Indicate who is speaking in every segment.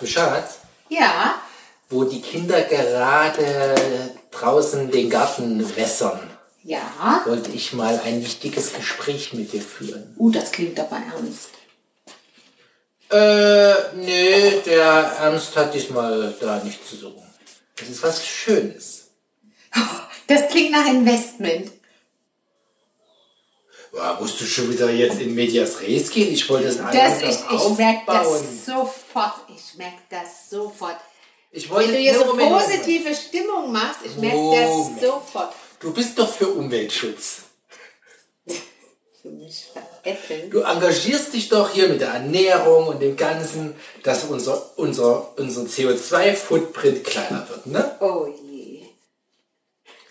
Speaker 1: bescheuert,
Speaker 2: Ja,
Speaker 1: wo die Kinder gerade draußen den Garten wässern.
Speaker 2: ja.
Speaker 1: Wollte ich mal ein wichtiges Gespräch mit dir führen.
Speaker 2: Uh, das klingt aber ernst.
Speaker 1: Äh, nee, der Ernst hat diesmal da nichts zu suchen. Das ist was Schönes.
Speaker 2: Das klingt nach Investment.
Speaker 1: Boah, musst du schon wieder jetzt in Medias Res gehen? Ich wollte das
Speaker 2: Das,
Speaker 1: einfach
Speaker 2: ich ich
Speaker 1: aufbauen.
Speaker 2: merke das sofort. Ich merke das sofort.
Speaker 1: Ich wollte
Speaker 2: Wenn du hier
Speaker 1: nur-
Speaker 2: so
Speaker 1: Moment, Moment,
Speaker 2: positive Stimmung machst, ich merke
Speaker 1: Moment.
Speaker 2: das sofort.
Speaker 1: Du bist doch für Umweltschutz.
Speaker 2: Für mich veräppeln.
Speaker 1: Du engagierst dich doch hier mit der Ernährung und dem Ganzen, dass unser, unser, unser CO2-Footprint kleiner wird, ne?
Speaker 2: Oh je.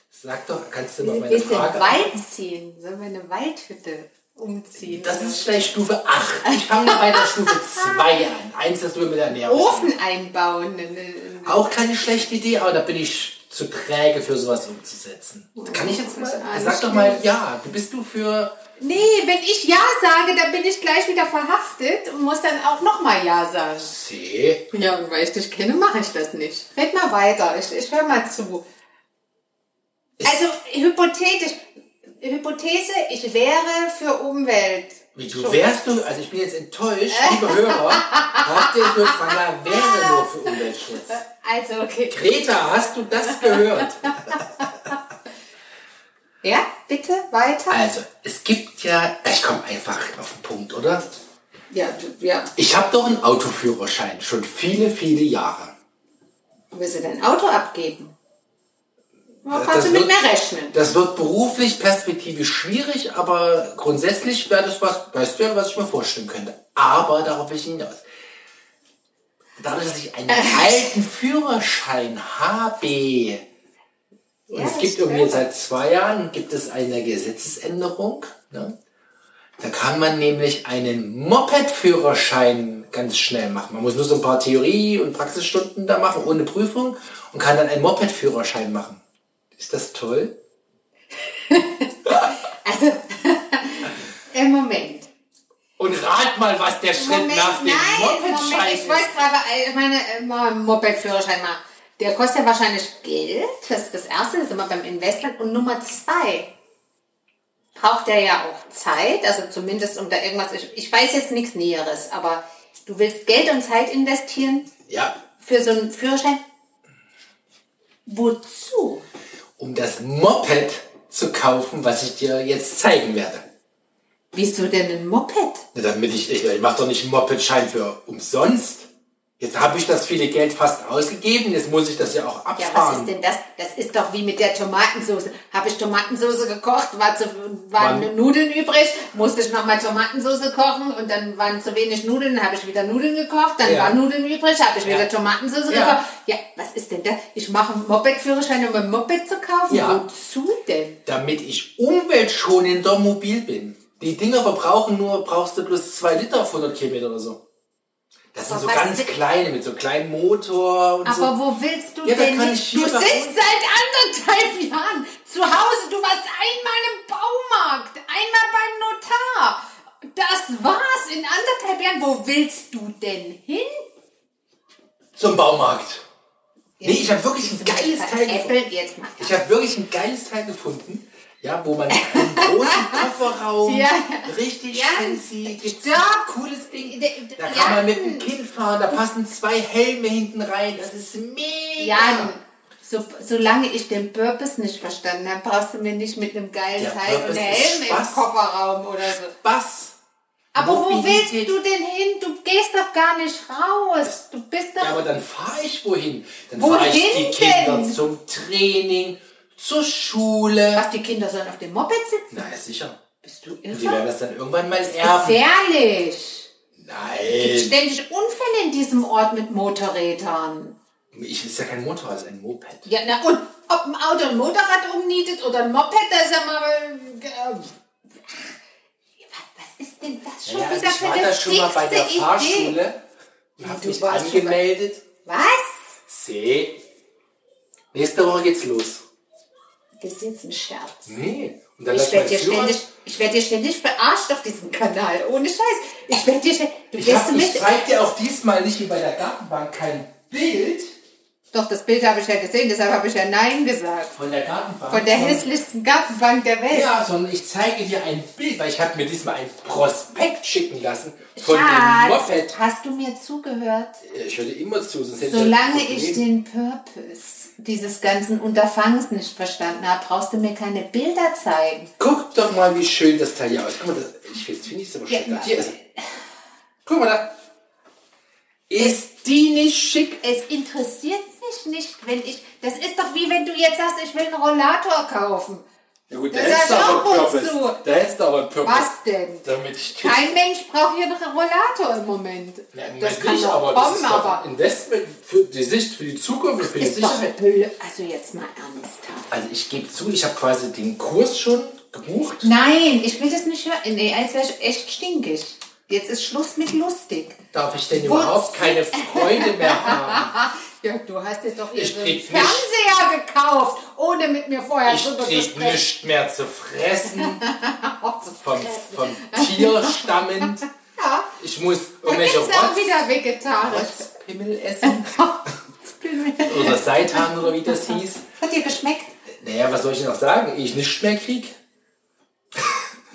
Speaker 1: Sag doch, kannst du noch
Speaker 2: Ein
Speaker 1: meine
Speaker 2: bisschen
Speaker 1: Frage...
Speaker 2: Wald ziehen. Sollen wir eine Waldhütte umziehen?
Speaker 1: Das ist vielleicht Stufe 8. Ich fange mal bei der Stufe 2 an. Eins, das du mit der Ernährung...
Speaker 2: Ofen einbauen. ne, ne, ne.
Speaker 1: Auch keine schlechte Idee, aber da bin ich zu träge für sowas umzusetzen. Oh, Kann ich jetzt mal...
Speaker 2: das
Speaker 1: Sag doch mal ja. Du bist du für...
Speaker 2: Nee, wenn ich Ja sage, dann bin ich gleich wieder verhaftet und muss dann auch nochmal Ja sagen.
Speaker 1: C.
Speaker 2: Ja, weil ich dich kenne, mache ich das nicht. Red mal weiter, ich, ich höre mal zu. Also hypothetisch, Hypothese, ich wäre für Umwelt.
Speaker 1: Wie du wärst du... Also ich bin jetzt enttäuscht, liebe Hörer. Habt ihr gehört, Franka wäre nur für Umweltschutz.
Speaker 2: Also, okay.
Speaker 1: Greta, hast du das gehört?
Speaker 2: Ja, bitte, weiter.
Speaker 1: Also, es gibt ja. Ich komme einfach auf den Punkt, oder?
Speaker 2: Ja, du- ja.
Speaker 1: Ich habe doch einen Autoführerschein, schon viele, viele Jahre.
Speaker 2: Willst du dein Auto abgeben? Ja,
Speaker 1: Das-
Speaker 2: kannst du
Speaker 1: das
Speaker 2: mit
Speaker 1: wird-
Speaker 2: mir rechnen?
Speaker 1: Das wird beruflich perspektivisch schwierig, aber grundsätzlich wäre das was, weißt du ja, was ich mir vorstellen könnte. Aber darauf will ich hinaus. Dadurch, dass ich einen alten Führerschein habe, Und
Speaker 2: Ja,
Speaker 1: es
Speaker 2: ich
Speaker 1: gibt irgendwie
Speaker 2: höre.
Speaker 1: seit zwei Jahren gibt es eine Gesetzesänderung. Ne? Da kann man nämlich einen Moped-Führerschein ganz schnell machen. Man muss nur so ein paar Theorie- und Praxisstunden da machen, ohne Prüfung, und kann dann einen Moped-Führerschein machen. Ist das toll?
Speaker 2: Also, im Moment.
Speaker 1: Und rat mal, was der Schritt
Speaker 2: Moment,
Speaker 1: nach dem
Speaker 2: nein, Moment,
Speaker 1: Moped-Schein
Speaker 2: ich wollte
Speaker 1: ist.
Speaker 2: gerade, äh, ich meine, äh, mal einen Moped-Führerschein machen. Der kostet ja wahrscheinlich Geld, das ist das Erste, das ist immer beim Investment. Und Nummer zwei, braucht der ja auch Zeit, also zumindest um da irgendwas, ich, ich weiß jetzt nichts Näheres, aber du willst Geld und Zeit investieren
Speaker 1: Ja,
Speaker 2: für so einen Führerschein? Wozu?
Speaker 1: um das Moped zu kaufen, was ich dir jetzt zeigen werde.
Speaker 2: Wieso denn ein Moped?
Speaker 1: Na, damit ich, ich, ich mache doch nicht einen Moped-Schein für umsonst. Jetzt habe ich das viele Geld fast ausgegeben, jetzt muss ich das ja auch
Speaker 2: Ja, was
Speaker 1: abfahren.
Speaker 2: ist denn das? Das ist doch wie mit der Tomatensauce. Habe ich Tomatensauce gekocht, war zu, waren
Speaker 1: Wann?
Speaker 2: Nudeln übrig, musste ich nochmal Tomatensauce kochen und dann waren zu wenig Nudeln, habe ich wieder Nudeln gekocht, dann
Speaker 1: Ja.
Speaker 2: waren Nudeln übrig, habe ich
Speaker 1: Ja.
Speaker 2: wieder Tomatensauce
Speaker 1: Ja.
Speaker 2: gekocht. Ja, was ist denn das? Ich mache einen Moped-Führerschein, um ein Moped zu kaufen?
Speaker 1: Ja.
Speaker 2: Wozu denn?
Speaker 1: damit ich umweltschonender mobil bin. Die Dinger verbrauchen nur, brauchst du bloß zwei Liter auf 100 Kilometer oder so. Das sind
Speaker 2: Aber
Speaker 1: so
Speaker 2: was
Speaker 1: ganz
Speaker 2: ist-
Speaker 1: kleine, mit so kleinem Motor und
Speaker 2: Aber
Speaker 1: so.
Speaker 2: wo willst du
Speaker 1: Ja, dann
Speaker 2: denn
Speaker 1: kann
Speaker 2: hin?
Speaker 1: ich hier
Speaker 2: Du
Speaker 1: nach
Speaker 2: sitzt seit anderthalb Jahren zu Hause. Du warst einmal im Baumarkt, einmal beim Notar. Das war's in anderthalb Jahren. Wo willst du denn hin?
Speaker 1: Zum Baumarkt. Nee, ich habe wirklich ein geiles Teil gefunden.
Speaker 2: Apple jetzt mal.
Speaker 1: Ich habe wirklich ein geiles Teil gefunden. Ja, wo man im großen Kofferraum
Speaker 2: Ja.
Speaker 1: richtig
Speaker 2: Ja.
Speaker 1: fancy gibt's
Speaker 2: Ja.
Speaker 1: ein cooles Ding. Da kann man mit dem Kind fahren, da passen zwei Helme hinten rein. Das ist mega.
Speaker 2: Jan, so, solange ich den Purpose nicht verstanden habe, brauchst du mir nicht mit einem geilen
Speaker 1: Der
Speaker 2: Teil und
Speaker 1: Purpose
Speaker 2: Helm
Speaker 1: ist
Speaker 2: im
Speaker 1: Spaß.
Speaker 2: Kofferraum oder so.
Speaker 1: Spaß.
Speaker 2: Aber wo
Speaker 1: Mobilität.
Speaker 2: willst du denn hin? Du gehst doch gar nicht raus. Du bist doch
Speaker 1: Ja, aber dann fahre ich wohin? Dann
Speaker 2: Wohin
Speaker 1: fahre ich die Kinder
Speaker 2: denn?
Speaker 1: zum Training, zur Schule.
Speaker 2: Was, die Kinder sollen auf dem Moped sitzen?
Speaker 1: Na, ist sicher.
Speaker 2: Bist du
Speaker 1: Und die werden
Speaker 2: irre?
Speaker 1: das dann irgendwann mal erben.
Speaker 2: Gefährlich!
Speaker 1: Nein.
Speaker 2: Ständig Unfälle in diesem Ort mit Motorrädern.
Speaker 1: Ich ist ja kein Motor, also ein Moped.
Speaker 2: Ja, na und ob ein Auto ein Motorrad umnietet oder ein Moped, das ist ja mal. äh, Ach, was ist denn das schon
Speaker 1: Ja, also
Speaker 2: wieder
Speaker 1: ich
Speaker 2: für
Speaker 1: war
Speaker 2: eine
Speaker 1: da schon mal bei der
Speaker 2: fixe Idee?
Speaker 1: Fahrschule und hab
Speaker 2: Du
Speaker 1: mich
Speaker 2: warst schon bei-
Speaker 1: angemeldet.
Speaker 2: Was?
Speaker 1: Seh. Nächste Woche geht's los.
Speaker 2: Das ist jetzt ein Scherz.
Speaker 1: Hm. Nee. Und Und dann
Speaker 2: Ich
Speaker 1: lässt man
Speaker 2: werde
Speaker 1: den
Speaker 2: dir
Speaker 1: Führer.
Speaker 2: ständig, ich werde dir ständig verarscht auf diesem Kanal. Ohne Scheiß. Ich werde dir ständig, du
Speaker 1: Ich,
Speaker 2: gehst
Speaker 1: hab- ich
Speaker 2: mit.
Speaker 1: zeig dir auch diesmal nicht wie bei der Gartenbank kein Bild
Speaker 2: Doch, das Bild habe ich ja gesehen, deshalb habe ich ja Nein gesagt.
Speaker 1: von der Gartenbank.
Speaker 2: Von der
Speaker 1: sondern-
Speaker 2: hässlichsten Gartenbank der Welt.
Speaker 1: Ja, sondern ich zeige dir ein Bild, weil ich habe mir diesmal ein Prospekt schicken lassen von dem
Speaker 2: Schatz,
Speaker 1: Moped.
Speaker 2: hast du mir zugehört?
Speaker 1: Ich höre immer zu, sonst hätte
Speaker 2: Solange
Speaker 1: ein
Speaker 2: ich
Speaker 1: Problem.
Speaker 2: den Purpose dieses ganzen Unterfangens nicht verstanden habe, brauchst du mir keine Bilder zeigen.
Speaker 1: Guck doch mal, wie schön das Teil hier aussieht. Guck mal, das, ich finde find es aber schön.
Speaker 2: Ja.
Speaker 1: Hier ist er. Guck mal da. Ist die nicht schick?
Speaker 2: Es interessiert mich nicht, wenn ich. Das ist doch wie wenn du jetzt sagst, ich will einen Rollator kaufen.
Speaker 1: Ja gut,
Speaker 2: da Das hättest du sagt aber auch einen Purpose. wozu.
Speaker 1: Da hättest du aber einen Purpose.
Speaker 2: Was denn?
Speaker 1: Damit ich
Speaker 2: Kein Mensch braucht hier einen Rollator im Moment.
Speaker 1: Na, im
Speaker 2: das
Speaker 1: Moment
Speaker 2: kann
Speaker 1: nicht,
Speaker 2: doch
Speaker 1: aber das
Speaker 2: kommen,
Speaker 1: ist doch
Speaker 2: aber.
Speaker 1: ein Investment für die Sicht, für die Zukunft, für die
Speaker 2: Ist doch
Speaker 1: Sicherheit.
Speaker 2: Müll. Also jetzt mal ernsthaft.
Speaker 1: Also ich gebe zu, ich habe quasi den Kurs schon gebucht.
Speaker 2: Nein, ich will das nicht hören. Nee, als wäre ich echt stinkig. Jetzt ist Schluss mit lustig.
Speaker 1: Darf ich denn überhaupt keine Freude mehr haben?
Speaker 2: Ja, du hast dir doch
Speaker 1: Ich
Speaker 2: ihren
Speaker 1: krieg nicht-
Speaker 2: Fernseher gekauft, ohne mit mir vorher
Speaker 1: Ich
Speaker 2: drüber zu
Speaker 1: krieg
Speaker 2: sprechen.
Speaker 1: nichts mehr zu fressen,
Speaker 2: Auch zu
Speaker 1: vom,
Speaker 2: fressen.
Speaker 1: vom Tier stammend.
Speaker 2: Ja,
Speaker 1: Ich muss
Speaker 2: da gibt's
Speaker 1: irgendwelche
Speaker 2: auch
Speaker 1: Rotz,
Speaker 2: wieder vegetarisch.
Speaker 1: Rotzpimmel essen
Speaker 2: Hat
Speaker 1: oder Seitan oder wie das hieß.
Speaker 2: dir geschmeckt?
Speaker 1: Naja, was soll ich denn noch sagen? Ich nichts mehr krieg.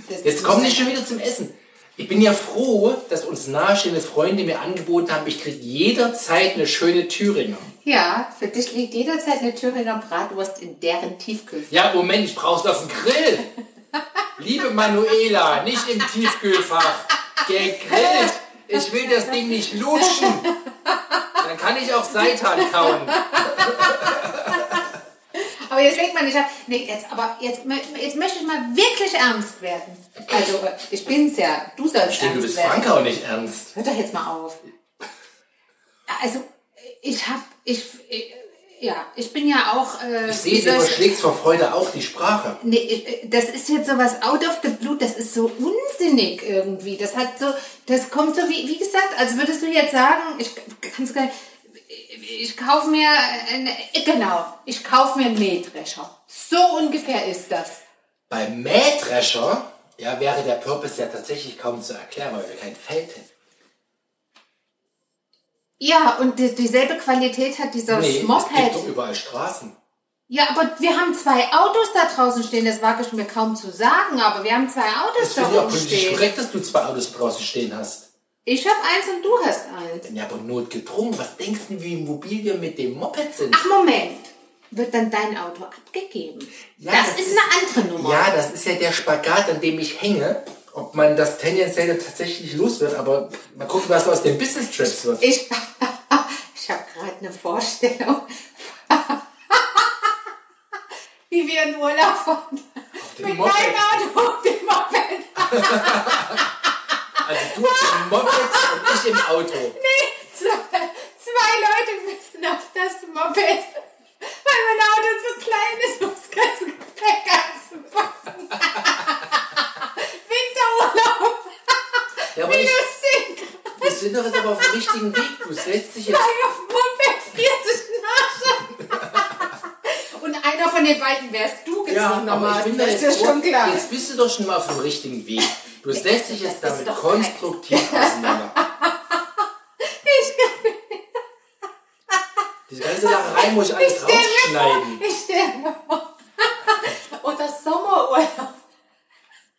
Speaker 2: Das
Speaker 1: Jetzt komm nicht schon wieder zum Essen. Ich bin ja froh, dass uns nahestehende Freunde mir angeboten haben, ich krieg jederzeit eine schöne Thüringer.
Speaker 2: Ja, für dich liegt jederzeit eine Thüringer Bratwurst in deren Tiefkühlfach.
Speaker 1: Ja, Moment, ich brauch's auf dem Grill. Liebe Manuela, nicht im Tiefkühlfach. Gegrillt. Ich will das Ding nicht lutschen. Dann kann ich auch Seitan kauen.
Speaker 2: Aber jetzt denkt man nicht, nee, jetzt, aber jetzt, mö- jetzt möchte ich mal wirklich ernst werden. Also, äh, ich bin's ja. Du sollst
Speaker 1: Ich denke,
Speaker 2: ernst
Speaker 1: du bist
Speaker 2: werden.
Speaker 1: Frankau nicht ernst.
Speaker 2: Hör doch jetzt mal auf. Also, ich hab, ich, ich ja, ich bin ja auch. Äh,
Speaker 1: Ich
Speaker 2: wie
Speaker 1: sehe, du
Speaker 2: soll
Speaker 1: überschlägst vor Freude auch die Sprache.
Speaker 2: Nee, ich- das ist jetzt sowas out of the blue, das ist so unsinnig irgendwie. Das hat so, das kommt so wie, wie gesagt, als würdest du jetzt sagen, ich kann's gar nicht, ich kaufe mir, eine, genau, ich kaufe mir einen Mähdrescher. So ungefähr ist das.
Speaker 1: Beim Mähdrescher ja, wäre der Purpose ja tatsächlich kaum zu erklären, weil wir kein Feld hätten.
Speaker 2: Ja, und die, dieselbe Qualität hat dieser
Speaker 1: Nee, es gibt
Speaker 2: Schmockhead.
Speaker 1: doch überall Straßen.
Speaker 2: Ja, aber wir haben zwei Autos da draußen stehen, das wage ich mir kaum zu sagen, aber wir haben zwei Autos
Speaker 1: Das
Speaker 2: da
Speaker 1: finde ich auch
Speaker 2: draußen
Speaker 1: politisch
Speaker 2: stehen.
Speaker 1: korrekt, dass du zwei Autos draußen stehen hast.
Speaker 2: Ich habe eins und du hast eins.
Speaker 1: Ja, aber notgedrungen. Was denkst du, wie mobil wir mit dem Moped sind?
Speaker 2: Ach Moment, wird dann dein Auto abgegeben?
Speaker 1: Ja,
Speaker 2: das,
Speaker 1: das
Speaker 2: ist
Speaker 1: ist-
Speaker 2: eine andere Nummer.
Speaker 1: Ja, das ist ja der Spagat, an dem ich hänge. Ob man das tendenziell tatsächlich los wird, aber mal gucken, was aus den Business Trips wird.
Speaker 2: Ich, ich habe gerade eine Vorstellung, wie wir in Urlaub fahren.
Speaker 1: dem
Speaker 2: Mit meinem
Speaker 1: Moped.
Speaker 2: Auto und dem Moped.
Speaker 1: Also du im Moped und ich im Auto.
Speaker 2: Zwei, zwei Leute müssen auf das Moped, weil mein Auto zu klein ist, um das ganze Gepäck anzupacken. Winterurlaub,
Speaker 1: Ja, aber ich,
Speaker 2: minus 10 Grad.
Speaker 1: wir sind doch jetzt aber auf dem richtigen Weg. Du setzt dich jetzt...
Speaker 2: Schlag auf den Mund friert sich Nasche. Und einer von den beiden wärst du
Speaker 1: Ja, aber ich
Speaker 2: gezwungenermaßen.
Speaker 1: bin da
Speaker 2: das ist
Speaker 1: jetzt,
Speaker 2: ja schon
Speaker 1: froh.
Speaker 2: klar.
Speaker 1: jetzt bist du doch schon mal auf dem richtigen Weg. Du setzt dich jetzt
Speaker 2: das ist
Speaker 1: damit
Speaker 2: doch
Speaker 1: konstruktiv auseinander. Diese ganze Sacherei muss ich alles rausschneiden.
Speaker 2: Ich stelle mir vor. Oder Sommerurlaub.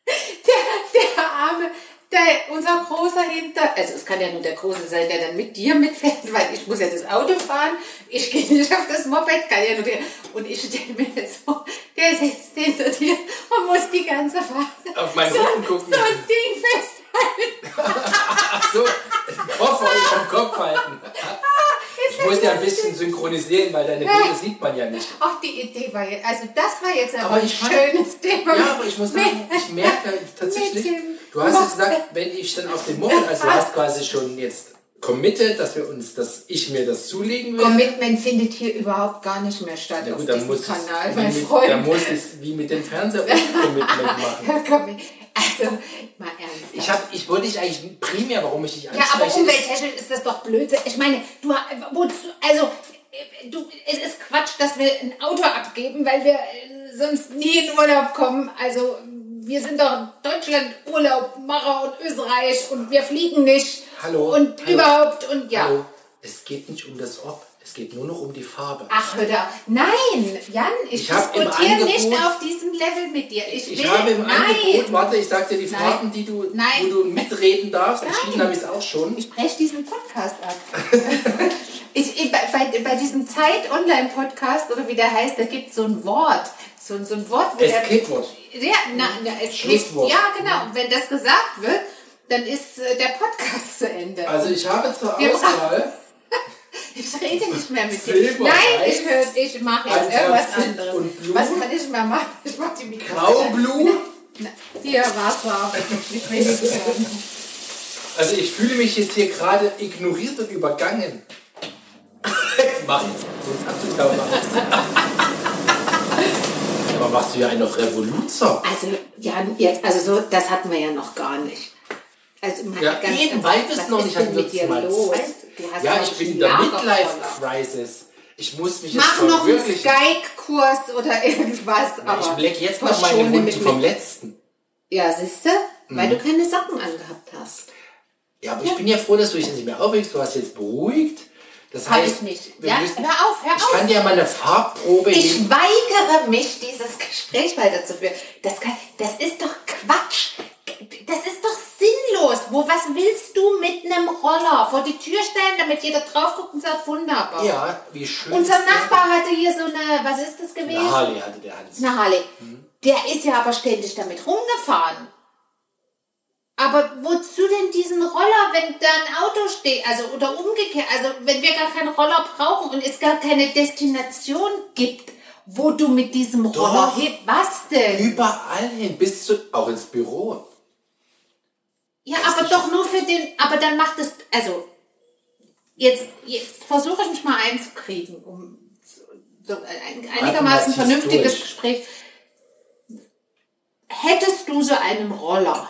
Speaker 2: Der, der arme, der, unser großer hinter. Also es kann ja nur der große sein, der dann mit dir mitfährt, weil ich muss ja das Auto fahren. Ich gehe nicht auf das Moped, kann ja nur der. Und ich stelle mir jetzt vor, der sitzt hinter dir und muss die ganze Fahrt
Speaker 1: Auf meinen Rücken gucken.
Speaker 2: so ein Ding festhalten.
Speaker 1: Ach so, den Koffer vom Kopf halten. Ich muss ja ein bisschen synchronisieren, weil deine Bilder sieht man ja nicht.
Speaker 2: Auch die Idee war jetzt, also das war jetzt aber
Speaker 1: Aber
Speaker 2: ein
Speaker 1: ich fand-
Speaker 2: schönes Thema.
Speaker 1: Ja, aber ich muss sagen, ich merke halt tatsächlich, du hast jetzt gesagt, wenn ich dann auf den Moped, also du hast quasi schon jetzt committed, dass wir uns, dass ich mir das zulegen will.
Speaker 2: Commitment findet hier überhaupt gar nicht mehr statt
Speaker 1: Ja
Speaker 2: auf
Speaker 1: gut, dann
Speaker 2: diesem
Speaker 1: muss
Speaker 2: Kanal,
Speaker 1: es,
Speaker 2: mein
Speaker 1: wie mit, dann
Speaker 2: Freund.
Speaker 1: muss es wie mit dem Fernseher auch Commitment machen.
Speaker 2: Ja, komm, also, mal ernst.
Speaker 1: Ich, hab, ich wollte dich eigentlich primär, warum ich dich
Speaker 2: ja,
Speaker 1: anspreche,
Speaker 2: aber
Speaker 1: ist,
Speaker 2: umwelttechnisch ist das doch Blödsinn. Ich meine, du, wozu, also, äh, du, es ist Quatsch, dass wir ein Auto abgeben, weil wir äh, sonst nie in Urlaub kommen. Also wir sind doch Deutschland Urlaubmacher und Österreich und wir fliegen nicht.
Speaker 1: Hallo.
Speaker 2: Und
Speaker 1: Hallo.
Speaker 2: überhaupt und ja.
Speaker 1: Hallo, es geht nicht um das Ob, es geht nur noch um die Farbe.
Speaker 2: Ach, hör da. Nein, Jan, ich,
Speaker 1: Ich hab im
Speaker 2: diskutiere nicht
Speaker 1: Angebot-
Speaker 2: auf diesem Level mit dir. Ich,
Speaker 1: Ich
Speaker 2: will,
Speaker 1: habe im
Speaker 2: nein.
Speaker 1: Angebot, warte, ich sag dir die
Speaker 2: Nein.
Speaker 1: Farben, die du,
Speaker 2: Nein.
Speaker 1: wo du mitreden darfst. Entschieden
Speaker 2: Nein.
Speaker 1: habe ich es auch schon.
Speaker 2: Ich breche diesen Podcast ab. ich, ich, bei, bei, bei diesem Zeit-Online-Podcast oder wie der heißt, da gibt es so ein Wort. So, so ein Wort, wo der.
Speaker 1: Escape-Wort.
Speaker 2: Ja, na, na, es gibt,
Speaker 1: Schlusswort.
Speaker 2: ja, genau. Und Wenn das gesagt wird, dann ist äh, der Podcast zu Ende.
Speaker 1: Also ich habe zur
Speaker 2: Wir
Speaker 1: Auswahl
Speaker 2: ich rede nicht mehr mit dir.
Speaker 1: Silber,
Speaker 2: Nein,
Speaker 1: weiß,
Speaker 2: ich, hör- ich mache jetzt
Speaker 1: Anthrazit
Speaker 2: irgendwas anderes.
Speaker 1: und Blut.
Speaker 2: Was kann ich mal machen? Ich mache die Mikrofone.
Speaker 1: Grau-Blue.
Speaker 2: Hier, Wasser. Ich will nichts hören.
Speaker 1: Also ich fühle mich jetzt hier gerade ignoriert und übergangen. Mach jetzt. Sonst hast du es aber nicht. Aber machst du ja einen auf Revoluzer.
Speaker 2: Also, ja, jetzt, also so, das hatten wir ja noch gar nicht. Also, man
Speaker 1: Ja,
Speaker 2: hat ganz,
Speaker 1: eben, weil wir
Speaker 2: was
Speaker 1: es noch
Speaker 2: ist
Speaker 1: nicht
Speaker 2: denn
Speaker 1: hatten,
Speaker 2: mit
Speaker 1: wird's
Speaker 2: dir
Speaker 1: mal
Speaker 2: los?
Speaker 1: Zeit.
Speaker 2: Du hast
Speaker 1: Ja,
Speaker 2: noch
Speaker 1: ich bin
Speaker 2: einen
Speaker 1: in der
Speaker 2: Lagerkoller.
Speaker 1: Midlife-Crisis. Ich muss mich
Speaker 2: Mach
Speaker 1: jetzt
Speaker 2: noch einen
Speaker 1: verwirklichen.
Speaker 2: Skype-Kurs oder irgendwas. Aber
Speaker 1: Ich leck jetzt noch meine
Speaker 2: verschone
Speaker 1: Wunden
Speaker 2: mich
Speaker 1: vom Mhm.
Speaker 2: mit-
Speaker 1: letzten.
Speaker 2: Ja, siehst du? Weil du keine Socken angehabt hast.
Speaker 1: Ja, aber ich bin ja froh, dass du dich jetzt nicht mehr aufregst. Du hast jetzt beruhigt. Das
Speaker 2: Hab
Speaker 1: heißt,
Speaker 2: ich nicht.
Speaker 1: wir
Speaker 2: Ja,
Speaker 1: müssen-
Speaker 2: hör auf, hör
Speaker 1: ich kann
Speaker 2: auf.
Speaker 1: dir mal eine Farbprobe
Speaker 2: Ich
Speaker 1: geben.
Speaker 2: weigere mich, dieses Gespräch weiterzuführen. Das, kann, das ist doch Quatsch. Das ist doch sinnlos. Wo, was willst du mit einem Roller vor die Tür stellen, damit jeder drauf guckt und sagt, wunderbar.
Speaker 1: Ja, wie schön.
Speaker 2: Unser
Speaker 1: ist der-
Speaker 2: Nachbar hatte hier so eine, was ist das gewesen?
Speaker 1: Eine Harley hatte der Hans.
Speaker 2: Eine Harley. Der ist ja aber ständig damit rumgefahren. Aber wozu denn diesen Roller, wenn da ein Auto steht? Also, oder umgekehrt, also, wenn wir gar keinen Roller brauchen und es gar keine Destination gibt, wo du mit diesem Roller
Speaker 1: Doch.
Speaker 2: hin. Was denn?
Speaker 1: Überall hin, bis zu, auch ins Büro.
Speaker 2: Ja, aber doch nur für den, aber dann macht es, also, jetzt, jetzt versuche ich mich mal einzukriegen, um so ein einigermaßen
Speaker 1: Mathis
Speaker 2: vernünftiges
Speaker 1: durch.
Speaker 2: Gespräch. Hättest du so einen Roller,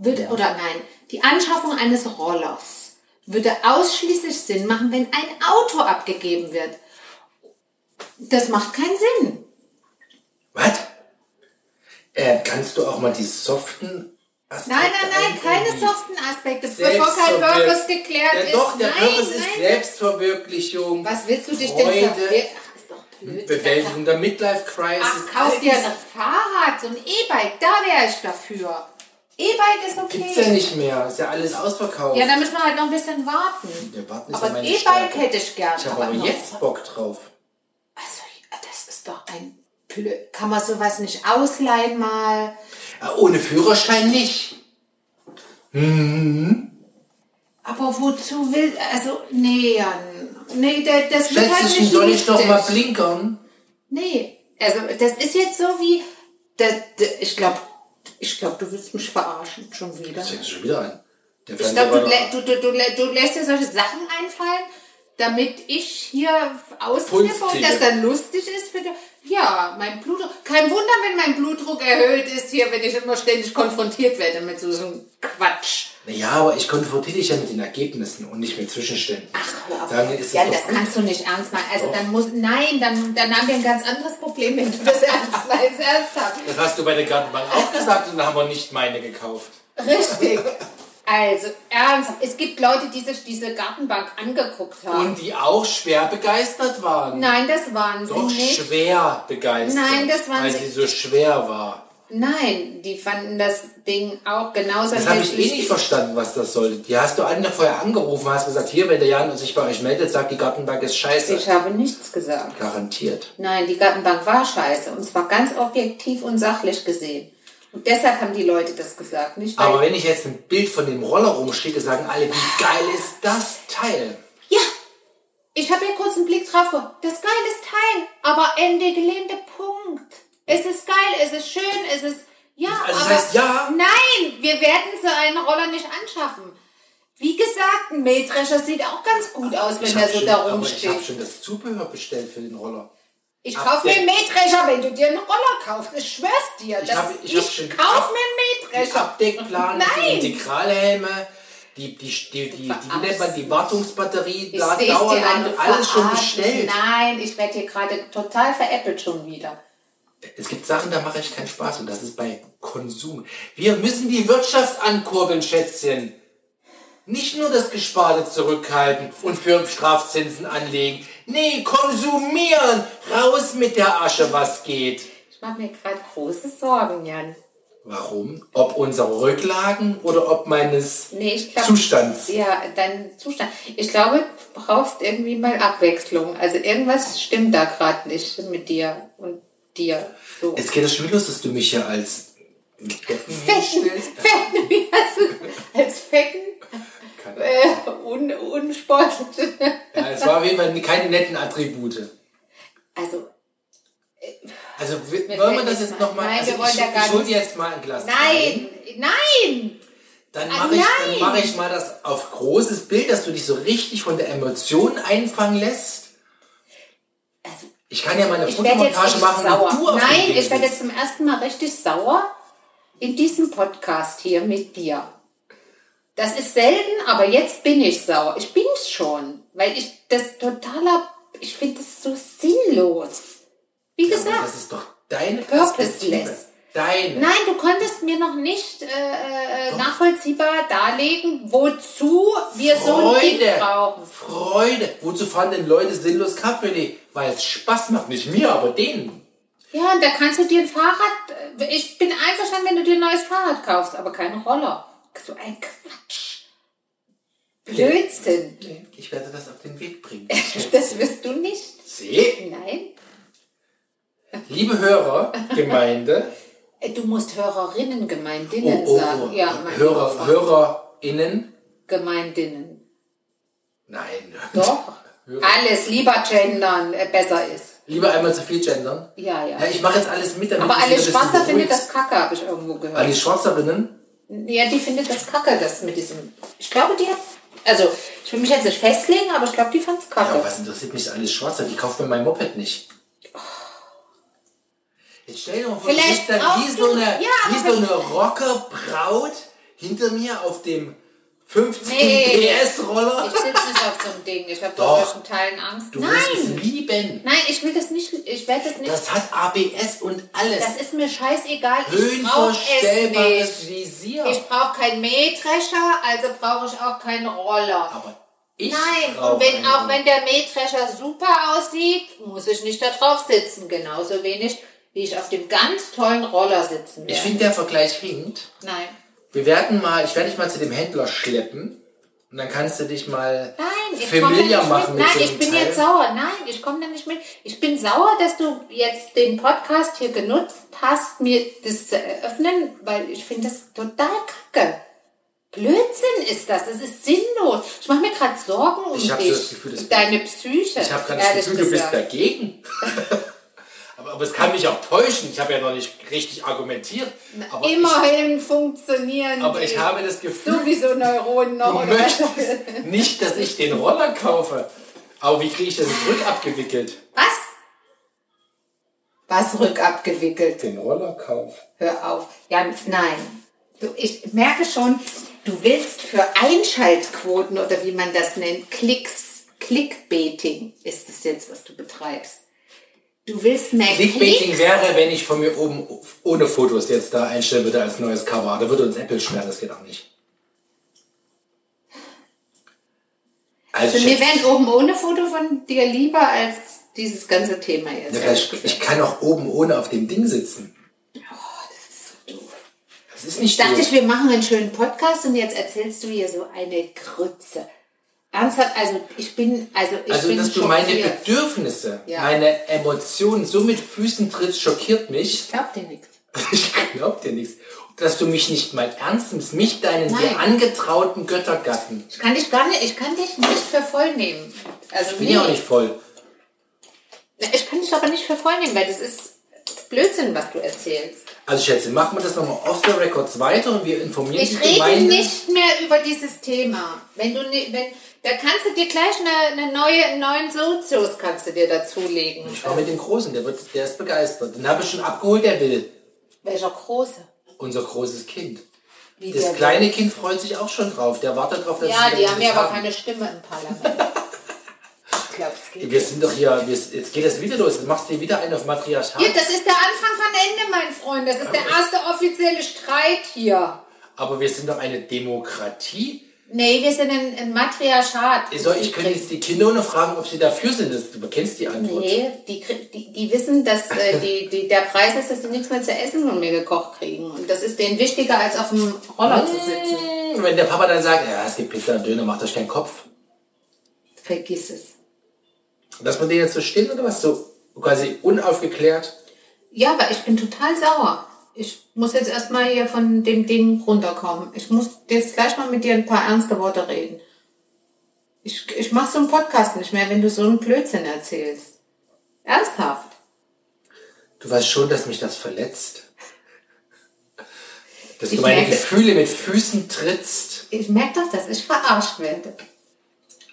Speaker 2: würde, oder nein, die Anschaffung eines Rollers würde ausschließlich Sinn machen, wenn ein Auto abgegeben wird. Das macht keinen Sinn.
Speaker 1: Was? Äh, kannst du auch mal die soften Aspekte
Speaker 2: Nein, nein, nein, keine
Speaker 1: irgendwie-
Speaker 2: soften Aspekte, bevor kein
Speaker 1: Selbstverwirk-
Speaker 2: Purpose geklärt
Speaker 1: ja,
Speaker 2: ist.
Speaker 1: Doch, der
Speaker 2: nein,
Speaker 1: Purpose
Speaker 2: nein,
Speaker 1: ist Selbstverwirklichung.
Speaker 2: Was willst du dich
Speaker 1: Freude,
Speaker 2: denn verwirren? Ach, ist doch blöd.
Speaker 1: Bewältigung der
Speaker 2: Ach,
Speaker 1: Midlife-Crisis.
Speaker 2: kauf dir ein Fahrrad, so ein E-Bike, da wäre ich dafür. E-Bike ist okay.
Speaker 1: Gibt's ja nicht mehr. Ist ja alles ausverkauft.
Speaker 2: Ja, da müssen wir halt noch ein bisschen warten.
Speaker 1: Der Warten ist
Speaker 2: aber
Speaker 1: ja
Speaker 2: ein
Speaker 1: meine
Speaker 2: E-Bike
Speaker 1: Stärke.
Speaker 2: hätte ich gern.
Speaker 1: ich habe aber
Speaker 2: noch-
Speaker 1: jetzt Bock drauf.
Speaker 2: Also, ja, das ist doch ein Blöd. Kann man sowas nicht ausleihen mal?
Speaker 1: Äh, ohne Führerschein nicht.
Speaker 2: Aber wozu will. Also, nee, Jan. Nee, da- das wird halt
Speaker 1: Letztlich
Speaker 2: nicht
Speaker 1: soll ich noch
Speaker 2: lustig.
Speaker 1: mal blinkern.
Speaker 2: Nee, also das ist jetzt so wie. Da, da, ich glaube, ich glaub, du willst mich verarschen schon wieder.
Speaker 1: Das fängt schon wieder an. Der
Speaker 2: Ich
Speaker 1: Fernseher
Speaker 2: glaube, du,
Speaker 1: war
Speaker 2: lä-
Speaker 1: noch-
Speaker 2: du, du, du, lä- du lässt dir solche Sachen einfallen, damit ich hier ausflippe und
Speaker 1: Pulstiger.
Speaker 2: das dann lustig ist für dich. Ja, mein Blutdruck. Kein Wunder, wenn mein Blutdruck erhöht ist hier, wenn ich immer ständig konfrontiert werde mit so, so einem Quatsch.
Speaker 1: Naja, aber ich konfrontiere dich ja mit den Ergebnissen und nicht mit Zwischenständen. Ach,
Speaker 2: Aber-
Speaker 1: Dann ist es
Speaker 2: ja,
Speaker 1: doch
Speaker 2: das
Speaker 1: gut.
Speaker 2: kannst du nicht ernst meinen. Also dann muss, nein, dann, dann haben wir ein ganz anderes Problem, wenn du das ernst meinst, ernsthaft.
Speaker 1: Das hast du bei der Gartenbank auch gesagt und da haben wir nicht meine gekauft.
Speaker 2: Richtig. Also, ernsthaft. Es gibt Leute, die sich diese Gartenbank angeguckt haben.
Speaker 1: Und die auch schwer begeistert waren.
Speaker 2: Nein, das waren sie
Speaker 1: Doch
Speaker 2: nicht.
Speaker 1: schwer begeistert.
Speaker 2: Nein, das waren
Speaker 1: Weil
Speaker 2: sie-
Speaker 1: sie so schwer war.
Speaker 2: Nein, die fanden das Ding auch genauso
Speaker 1: Das habe ich eh
Speaker 2: hässlich.
Speaker 1: nicht verstanden, was das sollte. Die hast du alle noch vorher angerufen, hast gesagt, hier, wenn der Jan sich bei euch meldet, sagt, die Gartenbank ist scheiße.
Speaker 2: Ich habe nichts gesagt.
Speaker 1: Garantiert.
Speaker 2: Nein, die Gartenbank war scheiße. Und zwar ganz objektiv und sachlich gesehen. Und deshalb haben die Leute das gesagt. Nicht weil
Speaker 1: Aber wenn ich jetzt ein Bild von dem Roller rumschicke, sagen alle, wie geil ist das Teil?
Speaker 2: Ja, ich habe hier kurz einen Blick drauf geworfen. Das geile ist Teil, aber Ende Gelände, Punkt. Es ist geil, es ist schön, es ist... Ja,
Speaker 1: Also das
Speaker 2: aber...
Speaker 1: heißt, ja.
Speaker 2: Nein, wir werden so einen Roller nicht anschaffen. Wie gesagt, ein Mähdrescher sieht auch ganz gut aus, wenn
Speaker 1: Ich
Speaker 2: der
Speaker 1: habe
Speaker 2: so
Speaker 1: schon,
Speaker 2: da
Speaker 1: aber ich hab
Speaker 2: rumsteht.
Speaker 1: schon das Zubehör bestellt für den Roller.
Speaker 2: Ich
Speaker 1: Ab
Speaker 2: kauf mir
Speaker 1: der-
Speaker 2: einen Mähdrescher, wenn du dir einen Roller kaufst. Ich schwör's dir.
Speaker 1: Ich
Speaker 2: dass
Speaker 1: hab- ich
Speaker 2: ich
Speaker 1: hab schon-
Speaker 2: kauf mir einen
Speaker 1: Die
Speaker 2: Mähdrescher.
Speaker 1: Abdeckplan, die
Speaker 2: Nein.
Speaker 1: Integralhelme, die, die, die, die, die, wie nennt man, die Wartungsbatterie,
Speaker 2: Ich
Speaker 1: da
Speaker 2: seh's dir
Speaker 1: Dauerlampe,
Speaker 2: an, du
Speaker 1: alles schon
Speaker 2: verarschst mich.
Speaker 1: bestellt.
Speaker 2: Nein, ich werde hier gerade total veräppelt schon wieder.
Speaker 1: es gibt Sachen, da mache ich keinen Spaß und das ist bei Konsum. Wir müssen die Wirtschaft ankurbeln, Schätzchen. Nicht nur das Gesparte zurückhalten und für Strafzinsen anlegen. Nee, konsumieren! Raus mit der Asche, was geht!
Speaker 2: Ich mache mir gerade große Sorgen, Jan.
Speaker 1: Warum? Ob unsere Rücklagen oder ob meines
Speaker 2: Nee, ich glaub-
Speaker 1: Zustands?
Speaker 2: Ja, dein Zustand. Ich glaube, du brauchst irgendwie mal Abwechslung. Also irgendwas stimmt da gerade nicht mit dir und dir. So.
Speaker 1: Jetzt geht es schon wieder los, dass du mich hier als Deppen
Speaker 2: Fetten,
Speaker 1: hinstellst.
Speaker 2: Fetten, wie hast du also, als Fetten
Speaker 1: Keine Ahnung.
Speaker 2: äh, un, unsportlich.
Speaker 1: Ja, es war auf jeden Fall keine netten Attribute.
Speaker 2: Also,
Speaker 1: Also
Speaker 2: Mir
Speaker 1: wollen wir
Speaker 2: fällt
Speaker 1: das
Speaker 2: nichts
Speaker 1: jetzt
Speaker 2: ein.
Speaker 1: nochmal...
Speaker 2: Nein,
Speaker 1: Also
Speaker 2: wir wollen
Speaker 1: ich
Speaker 2: ja gar
Speaker 1: ich hol
Speaker 2: nicht-
Speaker 1: dir jetzt mal ein Glas Wein.
Speaker 2: nein, nein!
Speaker 1: Dann
Speaker 2: Ah,
Speaker 1: mache ich, dann
Speaker 2: nein!
Speaker 1: mach ich mal das auf großes Bild, dass du dich so richtig von der Emotion einfangen lässt.
Speaker 2: Also,
Speaker 1: Ich kann ja mal eine
Speaker 2: ich werde jetzt
Speaker 1: Fotomontage
Speaker 2: richtig
Speaker 1: machen,
Speaker 2: sauer.
Speaker 1: wo du auf
Speaker 2: nein,
Speaker 1: dem Bild
Speaker 2: ich werde
Speaker 1: bist.
Speaker 2: jetzt zum ersten Mal richtig sauer in diesem Podcast hier mit dir. Das ist selten, aber jetzt bin ich sauer. Ich bin's schon, weil ich das totaler, ich finde das so sinnlos. Wie
Speaker 1: Ja, aber
Speaker 2: gesagt,
Speaker 1: Das ist doch deine
Speaker 2: Purposeless.
Speaker 1: Perspektive. Deine.
Speaker 2: Nein, du konntest mir noch nicht äh, äh, nachvollziehbar darlegen, wozu wir so ein Ding
Speaker 1: Freude.
Speaker 2: brauchen.
Speaker 1: Freude. Wozu fahren denn Leute sinnlos Cabriolet? Weil es Spaß macht. Nicht mir, aber denen.
Speaker 2: Ja, und da kannst du dir ein Fahrrad. äh, Ich bin einverstanden, wenn du dir ein neues Fahrrad kaufst, aber keinen Roller. So ein Quatsch. Blödsinn.
Speaker 1: Ich werde das auf den Weg bringen.
Speaker 2: Das wirst du nicht.
Speaker 1: Seh,
Speaker 2: Nein.
Speaker 1: liebe Hörer, Gemeinde,
Speaker 2: Äh, Du musst Hörerinnen,
Speaker 1: oh,
Speaker 2: Gemeindinnen
Speaker 1: oh,
Speaker 2: sagen.
Speaker 1: oh,
Speaker 2: Ja, mein
Speaker 1: Hörer,
Speaker 2: Gott.
Speaker 1: HörerInnen,
Speaker 2: Gemeindinnen.
Speaker 1: nein,
Speaker 2: Doch. Alles lieber gendern äh, besser ist.
Speaker 1: Lieber einmal zu viel gendern.
Speaker 2: Ja, ja.
Speaker 1: ich mache jetzt alles mit, damit
Speaker 2: Aber
Speaker 1: du
Speaker 2: alle
Speaker 1: wieder ein bisschen
Speaker 2: Schwarzer findet
Speaker 1: beruhigst.
Speaker 2: das kacke, habe ich irgendwo gehört.
Speaker 1: Alice Schwarzerinnen?
Speaker 2: Ja, die findet das kacke, das mit diesem. Ich glaube, die hat. Also, ich will mich jetzt nicht festlegen, aber ich glaube, die fand's
Speaker 1: Ja,
Speaker 2: kacke.
Speaker 1: aber Oh, was interessiert mich Alice Schwarzer? Die kauft mir mein Moped nicht. Jetzt stell dir mal vor,
Speaker 2: Vielleicht
Speaker 1: sitzt dann wie
Speaker 2: brauchst
Speaker 1: so
Speaker 2: du-
Speaker 1: eine,
Speaker 2: Ja,
Speaker 1: wie
Speaker 2: aber-
Speaker 1: so eine Rockerbraut hinter mir auf dem 15
Speaker 2: Nee.
Speaker 1: PS-Roller.
Speaker 2: ich sitze nicht auf so einem Ding. Ich habe
Speaker 1: Doch.
Speaker 2: vor solchen Teilen Angst.
Speaker 1: Du wirst
Speaker 2: Nein!
Speaker 1: es lieben.
Speaker 2: Nein, ich will das nicht. Ich werde das nicht. Das,
Speaker 1: Das hat ABS und alles.
Speaker 2: ist mir scheißegal. Ich brauche es
Speaker 1: Höhenverstellbares
Speaker 2: nicht.
Speaker 1: Visier.
Speaker 2: Ich brauche keinen Mähdrescher, also brauche ich auch keinen Roller.
Speaker 1: aber ich
Speaker 2: Nein,
Speaker 1: brauch
Speaker 2: und wenn,
Speaker 1: einen
Speaker 2: auch wenn der Mähdrescher super aussieht, muss ich nicht da drauf sitzen. Genauso wenig, wie ich auf dem ganz tollen Roller sitzen
Speaker 1: Ich
Speaker 2: werde.
Speaker 1: finde, der Vergleich hinkt.
Speaker 2: Nein.
Speaker 1: Wir werden mal, ich werde dich mal zu dem Händler schleppen und dann kannst du dich mal
Speaker 2: Nein, ich komme da
Speaker 1: familiar
Speaker 2: nicht
Speaker 1: machen
Speaker 2: mit. Nein,
Speaker 1: so einem
Speaker 2: ich bin
Speaker 1: Teil.
Speaker 2: jetzt sauer. Nein, ich komme da nicht mit. Ich bin sauer, dass du jetzt den Podcast hier genutzt hast, mir das zu eröffnen, weil ich finde das total kacke. Blödsinn ist das. Das ist sinnlos. Ich mache mir gerade Sorgen um
Speaker 1: Ich hab so
Speaker 2: dich.
Speaker 1: das Gefühl, das-
Speaker 2: Deine Psyche.
Speaker 1: Ich habe gerade das
Speaker 2: ehrlich
Speaker 1: Gefühl, du bist
Speaker 2: gesagt.
Speaker 1: dagegen. aber, aber es kann mich auch täuschen. Ich habe ja noch nicht richtig argumentiert. Aber,
Speaker 2: Immerhin funktionieren
Speaker 1: ich, aber
Speaker 2: die
Speaker 1: ich habe das Gefühl,
Speaker 2: sowieso Neuronen
Speaker 1: du
Speaker 2: noch. oder was?
Speaker 1: möchtest nicht, dass ich den Roller kaufe. Aber wie kriege ich das jetzt rückabgewickelt?
Speaker 2: Was? Was rückabgewickelt?
Speaker 1: Den Rollerkauf.
Speaker 2: Hör auf. Jan, nein. Du, ich merke schon, du willst für Einschaltquoten oder wie man das nennt, Klicks, Clickbaiting ist es jetzt, was du betreibst. Du willst mehr Klicks.
Speaker 1: Clickbaiting wäre, wenn ich von mir oben ohne Fotos jetzt da einstellen würde als neues Cover. Da würde uns Apple sperren, das geht auch nicht. Also,
Speaker 2: Also mir
Speaker 1: Schätzchen.
Speaker 2: wären oben ohne Foto von dir lieber als dieses ganze Thema jetzt.
Speaker 1: Ja, vielleicht, ich kann auch oben ohne auf dem Ding sitzen.
Speaker 2: Oh, Das ist so doof.
Speaker 1: Das ist nicht
Speaker 2: dachte
Speaker 1: doof.
Speaker 2: ich, wir machen einen schönen Podcast und jetzt erzählst du hier so eine Grütze. Ernsthaft, also ich bin, also ich
Speaker 1: Also,
Speaker 2: bin
Speaker 1: dass du meine
Speaker 2: schockiert.
Speaker 1: Bedürfnisse,
Speaker 2: Ja.
Speaker 1: meine Emotionen so mit Füßen trittst, schockiert mich.
Speaker 2: Ich glaub dir nichts.
Speaker 1: Ich glaub dir nichts. Dass du mich nicht mal ernst nimmst, mich deinen
Speaker 2: Nein.
Speaker 1: dir angetrauten Göttergatten.
Speaker 2: Ich kann dich gar nicht, ich kann dich nicht für voll nehmen. Also
Speaker 1: Bin ja auch nicht voll.
Speaker 2: Ich kann dich aber nicht für voll nehmen, weil das ist Blödsinn, was du erzählst.
Speaker 1: Also Schätze, machen wir das nochmal off the records weiter und wir informieren
Speaker 2: Ich
Speaker 1: die
Speaker 2: rede
Speaker 1: Gemeinde.
Speaker 2: nicht mehr über dieses Thema. Wenn du ni- wenn da kannst du dir gleich eine, eine neue einen neuen Sozius kannst du dir dazulegen.
Speaker 1: Ich war mit dem Großen, der, wird, der ist begeistert. Den habe ich schon abgeholt, der will.
Speaker 2: Welcher große?
Speaker 1: Unser großes Kind.
Speaker 2: Wie
Speaker 1: Das
Speaker 2: der-
Speaker 1: kleine Kind freut sich auch schon drauf. Der wartet darauf, dass
Speaker 2: Ja,
Speaker 1: sie
Speaker 2: die haben
Speaker 1: endlich
Speaker 2: ja aber keine Stimme im Parlament. Ich glaube, es geht
Speaker 1: Wir sind doch hier, wir, jetzt geht das wieder los. Jetzt machst du hier wieder einen auf Matriarchat.
Speaker 2: Hier, das ist der Anfang von Ende, mein Freund. Das ist der erste offizielle Streit hier.
Speaker 1: Aber wir sind doch eine Demokratie.
Speaker 2: Nee, wir sind ein, ein Matriarchat.
Speaker 1: Äh, So, ich könnte jetzt die Kinder nur fragen, ob sie dafür sind. Das, du kennst die Antwort.
Speaker 2: Nee, die, krieg- die, die wissen, dass äh, die, die, der Preis ist, dass sie nichts mehr zu essen und mir gekocht kriegen. Und das ist denen wichtiger, als auf dem Roller zu sitzen.
Speaker 1: Und wenn der Papa dann sagt, ja, es gibt Pizza und Döner, macht euch keinen Kopf. Äh.
Speaker 2: Vergiss es.
Speaker 1: Dass man den jetzt so still oder was? So quasi unaufgeklärt.
Speaker 2: Ja, aber ich bin total sauer. Ich muss jetzt erstmal hier von dem Ding runterkommen. Ich muss jetzt gleich mal mit dir ein paar ernste Worte reden. Ich, ich mach so einen Podcast nicht mehr, wenn du so einen Blödsinn erzählst. Ernsthaft.
Speaker 1: Du weißt schon, dass mich das verletzt. Dass
Speaker 2: Ich
Speaker 1: du meine
Speaker 2: merke-
Speaker 1: Gefühle mit Füßen trittst.
Speaker 2: Ich merke doch, dass ich verarscht werde.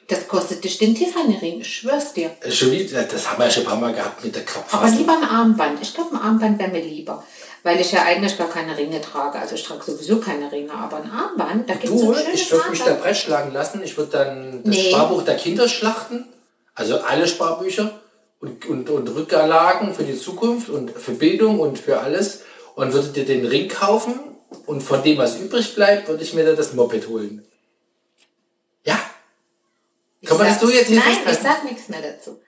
Speaker 2: Das kostet dich den Tiffany-Ring, ich schwör's dir.
Speaker 1: Äh, Schon wieder, das haben wir ja schon ein paar Mal gehabt mit der
Speaker 2: Aber
Speaker 1: Kopffassung.
Speaker 2: lieber ein Armband. Ich glaube, ein Armband wäre mir lieber. Weil ich ja eigentlich gar keine Ringe trage. Also ich trage sowieso keine Ringe, aber ein Armband, da gibt's so
Speaker 1: Du,
Speaker 2: ein schönes
Speaker 1: ich würde mich da
Speaker 2: Armband.
Speaker 1: brett schlagen lassen. Ich würde dann das
Speaker 2: Nee.
Speaker 1: Sparbuch der Kinder schlachten. Also alle Sparbücher und, und, und Rückerlagen für die Zukunft und für Bildung und für alles. Und würde dir den Ring kaufen. Und von dem, was übrig bleibt, würde ich mir dann das Moped holen. Ja. Kann man das so jetzt hier
Speaker 2: Nein, ich
Speaker 1: festhalten?
Speaker 2: sag nichts mehr dazu.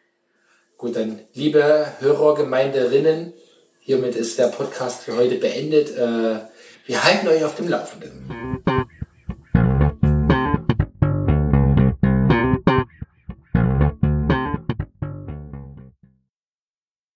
Speaker 1: Gut, dann liebe Hörergemeinderinnen, hiermit ist der Podcast für heute beendet. Äh, Wir halten euch auf dem Laufenden.